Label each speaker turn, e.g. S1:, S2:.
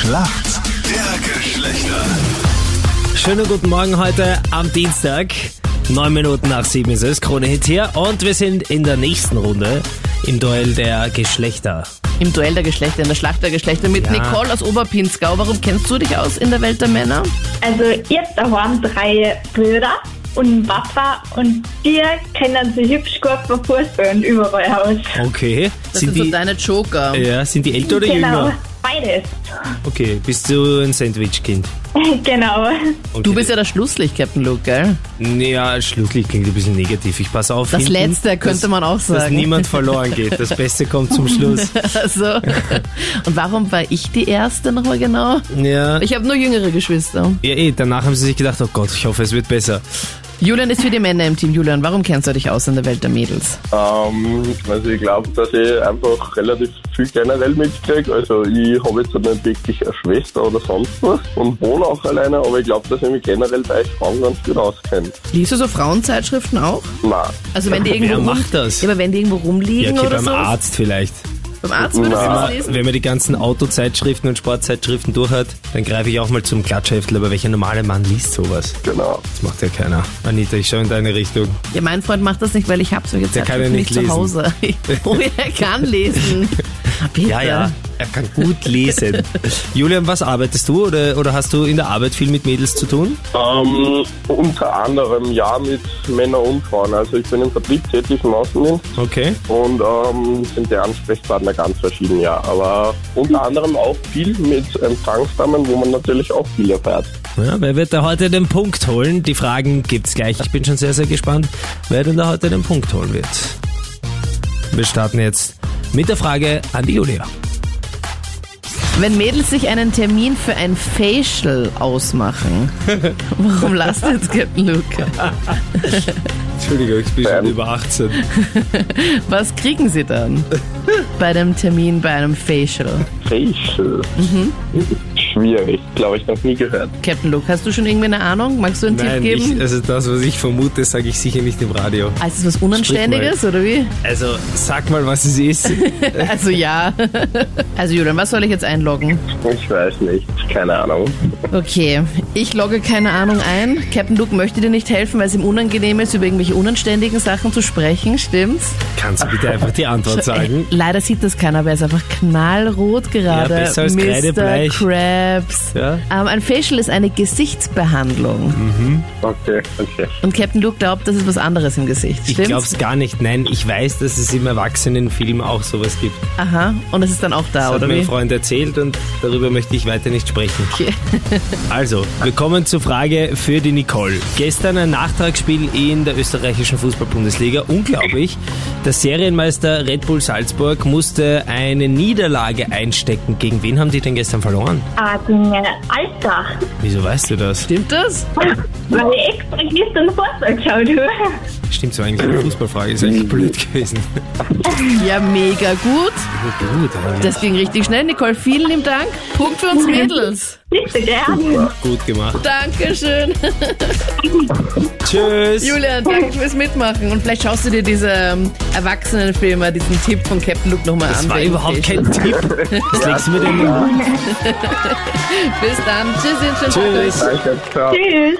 S1: Schlacht der Geschlechter.
S2: Schönen guten Morgen heute am Dienstag. Neun Minuten nach sieben ist es, Krone Hit hier. Und wir sind in der nächsten Runde im Duell der Geschlechter.
S3: Im Duell der Geschlechter, in der Schlacht der Geschlechter mit
S2: Ja.
S3: Nicole aus Oberpinsgau. Warum kennst du dich aus in der Welt der Männer?
S4: Also ich hab daheim drei Brüder und Papa und die kennen sich hübsch gut vom Fußball und überall aus.
S2: Okay.
S3: Das
S2: sind,
S3: sind so
S2: die,
S3: deine Joker.
S2: ja, sind die älter oder
S4: genau,
S2: jünger?
S4: beides.
S2: Okay, bist du ein Sandwich-Kind?
S4: genau.
S2: Okay.
S3: Du bist ja das Schlusslicht, Captain Luke, gell?
S2: Ja, schlusslich klingt ein bisschen negativ. Ich passe auf.
S3: Das
S2: hinten,
S3: Letzte könnte
S2: dass,
S3: man auch
S2: Dass
S3: sagen.
S2: niemand verloren geht. Das Beste kommt zum Schluss.
S3: Also, und warum war ich die Erste nochmal genau?
S2: Ja.
S3: Ich habe nur jüngere Geschwister.
S2: Ja, eh, danach haben sie sich gedacht, oh Gott, ich hoffe, es wird besser.
S3: Julian ist für die Männer im Team. Julian, warum kennst du dich aus in der Welt der Mädels?
S5: Ähm, also ich glaube, dass ich einfach relativ viel generell mitkriege. Also ich habe jetzt nicht wirklich eine Schwester oder sonst was und wohne auch alleine, aber ich glaube, dass ich mich generell bei euch Frauen ganz gut auskenne.
S3: Liest du so Frauenzeitschriften auch?
S5: Nein.
S3: Also wenn die irgendwo
S2: Wer
S3: rum,
S2: macht das?
S3: Ja, aber wenn die irgendwo
S2: Ja,
S3: rumliegen
S2: okay,
S3: oder
S2: beim
S3: so?
S2: Arzt vielleicht.
S3: Beim Arzt würdest du
S5: Na.
S3: das lesen?
S2: Ah, Wenn man die ganzen Autozeitschriften und Sportzeitschriften durch hat, dann greife ich auch mal zum Klatschheftel, aber welcher normale Mann liest sowas?
S5: Genau.
S2: Das macht ja keiner. Anita, ich schaue in deine Richtung.
S3: Ja, mein Freund macht das nicht, weil ich hab's mir jetzt
S2: Der kann ja nicht
S3: zu
S2: lesen.
S3: Hause. Oh, er kann lesen. Bitte.
S2: Ja, ja, er kann gut lesen. Julian, was arbeitest du oder, oder hast du in der Arbeit viel mit Mädels zu tun?
S5: Ähm, unter anderem ja mit Männern und Frauen. Also ich bin im Vertrieb tätig im Außendienst
S2: Okay.
S5: und ähm, sind die Ansprechpartner ganz verschieden, ja. Aber unter anderem auch viel mit Empfangsdamen, wo man natürlich auch viel erfährt.
S2: Ja, wer wird da heute den Punkt holen? Die Fragen gibt's gleich. Ich bin schon sehr, sehr gespannt, wer denn da heute den Punkt holen wird. Wir starten jetzt mit der Frage an die Julia.
S3: Wenn Mädels sich einen Termin für ein Facial ausmachen, warum lasst ihr jetzt Captain Luke?
S2: Entschuldigung, ich bin
S5: schon
S2: über 18.
S3: Was kriegen sie dann bei dem Termin, bei einem Facial?
S5: Facial. Schwierig, glaube ich, noch nie gehört.
S3: Captain Luke, hast du schon irgendwie eine Ahnung? Magst du einen
S2: Nein,
S3: Tipp
S2: ich,
S3: geben?
S2: also das, was ich vermute, sage ich sicher nicht im Radio.
S3: also ist es was Unanständiges oder wie?
S2: Also sag mal, was es ist.
S3: Also ja. Also Julian, was soll ich jetzt einloggen?
S5: Ich weiß nicht, keine Ahnung.
S3: Okay, ich logge keine Ahnung ein. Captain Luke möchte dir nicht helfen, weil es ihm unangenehm ist, über irgendwelche unanständigen Sachen zu sprechen, stimmt's?
S2: Kannst du bitte einfach die Antwort sagen?
S3: Äh, leider sieht das keiner, aber er ist einfach knallrot gerade.
S2: Ja, besser als
S3: Mr.
S2: kreidebleich.
S3: Krabs.
S2: Ja. Mhm.
S3: Ähm, ein Facial ist eine Gesichtsbehandlung.
S5: Okay, okay.
S3: Und Captain Luke glaubt, das ist was anderes im Gesicht.
S2: Ich
S3: Stimmt's?
S2: glaub's gar nicht. Nein, ich weiß, dass es im Erwachsenenfilm auch sowas gibt.
S3: Aha, und es ist dann auch da,
S2: Das hat
S3: Ah, oder
S2: mir ein
S3: wie?
S2: Freund erzählt und darüber möchte ich weiter nicht sprechen.
S3: Okay.
S2: Also, wir kommen zur Frage für die Nicole. Gestern ein Nachtragsspiel in der österreichischen Fußball-Bundesliga. Unglaublich. Der Serienmeister Red Bull Salzburg musste eine Niederlage einstecken. Gegen wen haben die denn gestern verloren?
S4: Ah, den Alltag.
S2: Wieso weißt du das?
S3: Stimmt das?
S4: Weil ich extra gestern Fußball geschaut habe.
S2: Stimmt so eigentlich eine Fußballfrage. Ist eigentlich blöd gewesen.
S3: Ja, mega gut.
S2: Gut, aber
S3: Das ging richtig schnell. Nicole, vielen lieben Dank. Punkt für uns Mädels.
S4: Bitte gerne.
S2: gut gemacht.
S3: Dankeschön.
S2: Tschüss.
S3: Julian, danke fürs Mitmachen. Und vielleicht schaust du dir diese ähm, Erwachsenenfilme, diesen Tipp von Captain Luke nochmal an.
S2: Das war
S3: wegen
S2: überhaupt
S3: Facial.
S2: kein Tipp. Das legst du mir denn in den Mund.
S3: Bis dann. Tschüss, ihr schönen Tag euch.
S2: Tschüss.
S5: Danke, ciao.
S4: Tschüss.